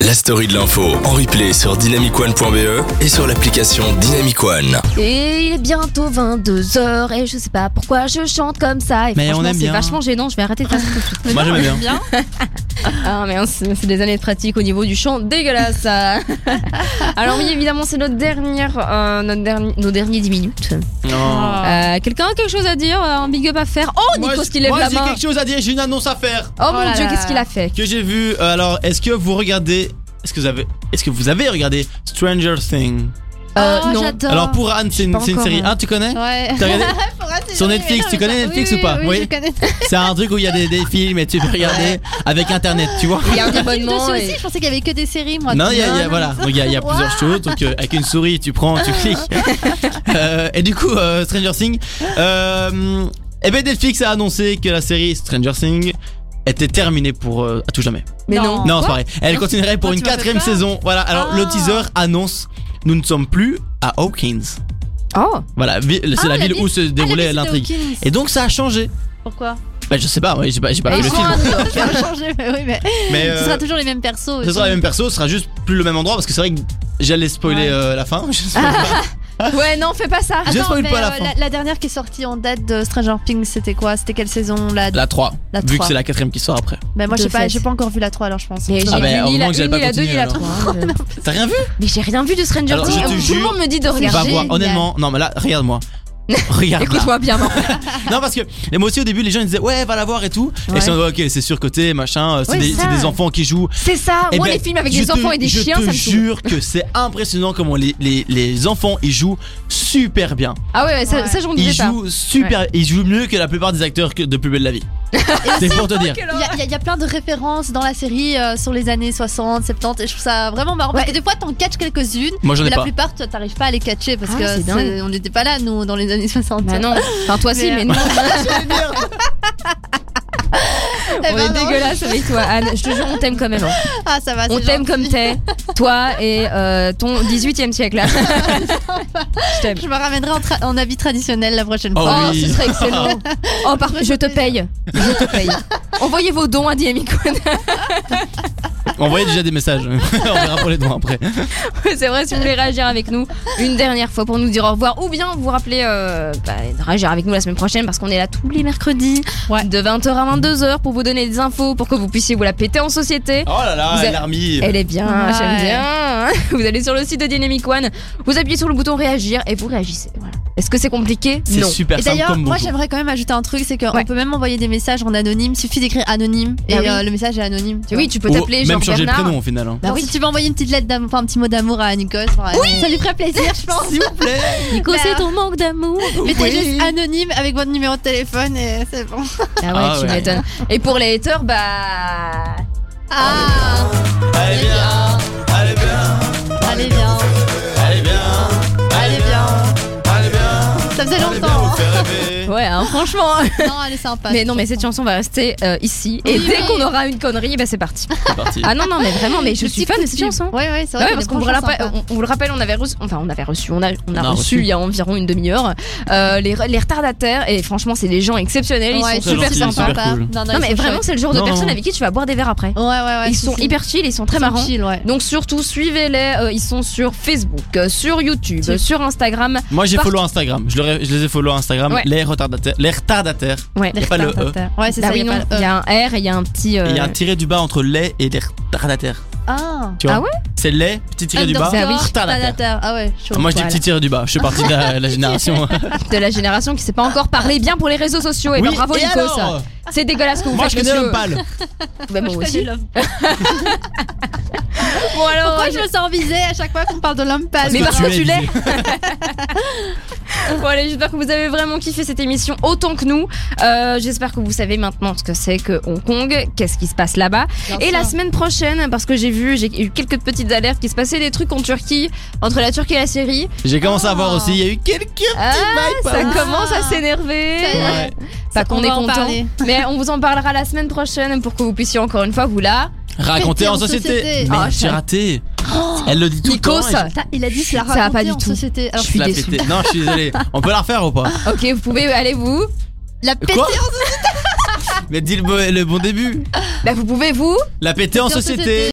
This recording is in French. la story de l'info en replay sur dynamicone.be E et sur l'application Dynamicone. Et il est bientôt 22h et je sais pas pourquoi je chante comme ça. Et Mais franchement, on aime c'est bien. vachement gênant, je vais arrêter de faire ça tout de suite. Moi j'aimais bien. Ah mais hein, c'est c'est des années de pratique au niveau du chant dégueulasse. ah. Alors oui, évidemment, c'est notre dernière euh, notre derni- nos derniers 10 minutes. Non. Euh, quelqu'un a quelque chose à dire, euh, un big up à faire Oh Ah. Moi, Nico j- qui lève moi, la j'ai main. quelque chose à dire, j'ai une annonce à faire Oh, Oh mon là dieu, là. qu'est-ce qu'il a fait que j'ai vu. Euh, alors, est-ce que vous regardez est-ce que vous avez est-ce que vous avez regardé Stranger Things Euh, Oh, non. j'adore. Alors pour Anne, c'est une, pas c'est une encore, série. euh. Ah, tu connais Ouais. T'as regardé Faudra se Sur dire, Netflix, mais tu non, mais connais ça- Netflix oui, ou pas Oui, Oui. oui, je connais. C'est un truc où il y a des, des films et tu peux regarder avec internet, tu vois Il y a un Je me abonnement. suis et- aussi, je pensais qu'il y avait que des séries, moi. Non, il y a, il y a- Non, voilà, Donc, il y a, il y a plusieurs choses. Donc, euh, avec une souris, tu prends, tu cliques. Euh, et du coup, euh, Stranger Things. Euh, et ben Netflix a annoncé que la série Stranger Things était terminée pour euh, à tout jamais. Mais non. Non, Non. c'est Quoi pas vrai. Elle continuerait pour Oh, une tu m'as fait quatrième peur. saison. Voilà. Alors, Ah. le teaser annonce nous ne sommes plus à Hawkins. Oh. Voilà, vi- c'est Ah, la, la ville ville- où se Ah, la déroulait visite l'intrigue. Hawkins. Et donc, ça a changé. Pourquoi Ah, Bah, je sais pas. Ouais, j'ai pas, j'ai pas Et vu le ils sont film. à New York. Ça a changé, mais oui, mais. Mais Ce euh, sera toujours les mêmes persos. ce sera le même perso, ce sera juste plus le même endroit parce que c'est vrai que j'allais spoiler Ouais. Ah. euh, la fin. Je sais pas. Ouais, non, fais pas ça. Je spoil mais, pas la euh, fin. la, dernière qui est sortie en date de Stranger Things, c'était quoi C'était quelle saison la... La 3. La vu que 3. c'est la quatrième qui sort après. Bah, moi, De j'ai pas, fait. j'ai pas encore vu la 3, alors je pense. Mais j'ai Ah vu bah, au ni la moment que 1, j'avais ni pas la 2, ni continué, la alors. 3. hein. T'as rien vu Mais j'ai rien vu de Stranger Alors, Things. je te Tout le jure, monde me dit de Va regarder. voir, honnêtement. Non, mais là, regarde-moi. Regarde. Écoute-moi bien. maintenant. Non, parce que et moi aussi au début, les gens ils disaient ouais, va la voir et tout. Et Ouais. c'est en mode, ok, c'est surcoté, machin. euh, C'est Ouais, des, ça. c'est des enfants qui jouent. C'est ça. Eh Moi, ben, les films avec je des te- enfants et des je chiens, te ça me saoule. jure que c'est impressionnant comment les, les, les enfants ils jouent super bien. Ah ouais, ouais, ça, Ouais. ça j'en disais Ils pas. jouent super, ils jouent mieux que la plupart des acteurs que de Plus belle la vie. c'est pour te dire. Bah Il y, a- y a- y a plein de références dans la série euh, sur les années 60, 70, et je trouve ça vraiment marrant. Parce que des fois, t'en catches quelques-unes, Moi j'en mais ai la pas. plupart, toi, t'arrives pas à les catcher parce Ah, que c'est dingue. c'est- on n'était pas là, nous, dans les années 60. Bah non, enfin toi si, Mais, mais euh, non, Eh on ben est non. dégueulasse avec toi, Anne. Je te jure, on t'aime quand même. hein. Ah, ça va, On c'est t'aime gentil. comme t'es, toi et euh, ton 18 e siècle là. Je t'aime. Je me ramènerai en, tra- en habit traditionnel la prochaine Oh, fois. Oh, oui. ce serait excellent. Oh, par... je te paye. Je te paye. Envoyez vos dons à Diamicone. Envoyez déjà des messages. On verra pour les dons après. C'est vrai, si vous voulez réagir avec nous une dernière fois pour nous dire au revoir, ou bien vous rappeler euh, bah, de réagir avec nous la semaine prochaine parce qu'on est là tous les mercredis Ouais. de 20h à 22h pour vous donner des infos, pour que vous puissiez vous la péter en société. Oh là là, Vous avez- Eh, elle a remis. Elle est bien, Ouais. j'aime bien. Vous allez sur le site de Dynamic One, vous appuyez sur le bouton réagir et vous réagissez. Voilà. Est-ce que c'est compliqué C'est Non. super Et simple d'ailleurs, comme moi bonjour. j'aimerais quand même ajouter un truc, c'est qu'on Ouais. peut même envoyer des messages en anonyme. Il suffit d'écrire anonyme et Ah oui. euh, le message est anonyme. Tu Oui, tu peux Ou t'appeler Même Jean Bernard. changer Bah, le prénom au final. hein. vois. Donc, oui. Si tu veux envoyer une petite lettre d'amour, enfin un petit mot d'amour à Nikos, enfin, euh, ça lui ferait plaisir, je pense. S'il vous plaît. Nico, Bah. c'est ton manque d'amour. Mettez Oui. juste anonyme avec votre numéro de téléphone et c'est bon. Ah ouais, Ah tu ouais. m'étonnes. Et pour les haters, bah. Ah, Allez bien, allez bien, allez bien, allez bien, allez bien. allez bien. Ça faisait Allez bien, longtemps. vous faire rêver. Ouais, hein, franchement. hein. Non, elle est sympa. Mais non, mais cette chanson va rester euh, ici. Et Oui, dès oui. qu'on aura une connerie, bah c'est parti. C'est parti. Ah non, non, mais vraiment, mais je Le suis petit fan coup de cette pub. chanson. Ouais, ouais, c'est Ouais, parce vrai. qu'on est qu'on vous, franchement rappelle- sympa. on- on vous le rappelle, on avait reçu, enfin on avait reçu, on a, on a reçu, il y a environ une demi-heure euh, les, les retardataires et franchement c'est des gens exceptionnels, Ouais, ils sont très super gentils, sympas. super cool. Non, Non mais vraiment c'est le genre de Non, personnes non. avec qui tu vas boire des verres après. Ouais, ouais, ouais. ils si, sont si. hyper chill, ils sont très Ils sont marrants. chill, ouais. Donc surtout suivez-les, euh, ils sont sur Facebook, euh, sur YouTube, Tu- sur Instagram. Moi j'ai Partout. follow Instagram, je, leur ai- je les ai follow Instagram, Ouais. les retardataires, les retardataires. Ouais. Y a pas le E. Ouais, c'est Bah ça. oui, y a non, pas le il E. y a un R et il y a un petit. euh, Il y a un tiré du bas entre les et les retardataires. Ah. Tu vois Ah ouais C'est les, petit tiré du bas, Underscore, Bah oui. retardataires. Tadata. Ah ouais, chaud. Moi je dis Voilà. bah, petit tiré du bas, je suis parti de la, la génération. de la génération qui sait pas encore parler bien pour les réseaux sociaux. Et ben, bravo et Nico, ça. alors C'est dégueulasse que vous Moi je faites. connais monsieur. l'homme pâle. Ah, Bah, moi Je connais aussi. l'homme. Bon alors. Pourquoi je me sens visée à chaque fois qu'on parle de l'homme pâle Mais que parce tu que es tu l'es. visé. euh, Bon allez, j'espère que vous avez vraiment kiffé cette émission autant que nous. Euh, j'espère que vous savez maintenant ce que c'est que Hong Kong, qu'est-ce qui se passe là-bas. Et la semaine prochaine, parce que j'ai vu, j'ai eu quelques petites alertes qui se passaient des trucs en Turquie, entre la Turquie et la Syrie. J'ai commencé à voir Ah. aussi, il y a eu quelques petits Oh. Ah, vibes par Ça là. commence à s'énerver. Ça y est. Ouais. Pas qu'on On est va en content. parler. Mais on vous en parlera la semaine prochaine pour que vous puissiez encore une fois vous la Raconter en en société. société. Mais Ah, j'ai ça- raté. Elle le dit tout le temps. Nico, et ça. Putain, Il a dit se la Ça va pas raconter du en tout. société. Alors, Je suis je la déçue. pétais. Non, je suis désolé. On peut la refaire ou pas Ok, vous pouvez aller vous. La pété Quoi Mais dis le, bon- le bon début. Bah vous pouvez vous. La péter en en société. société.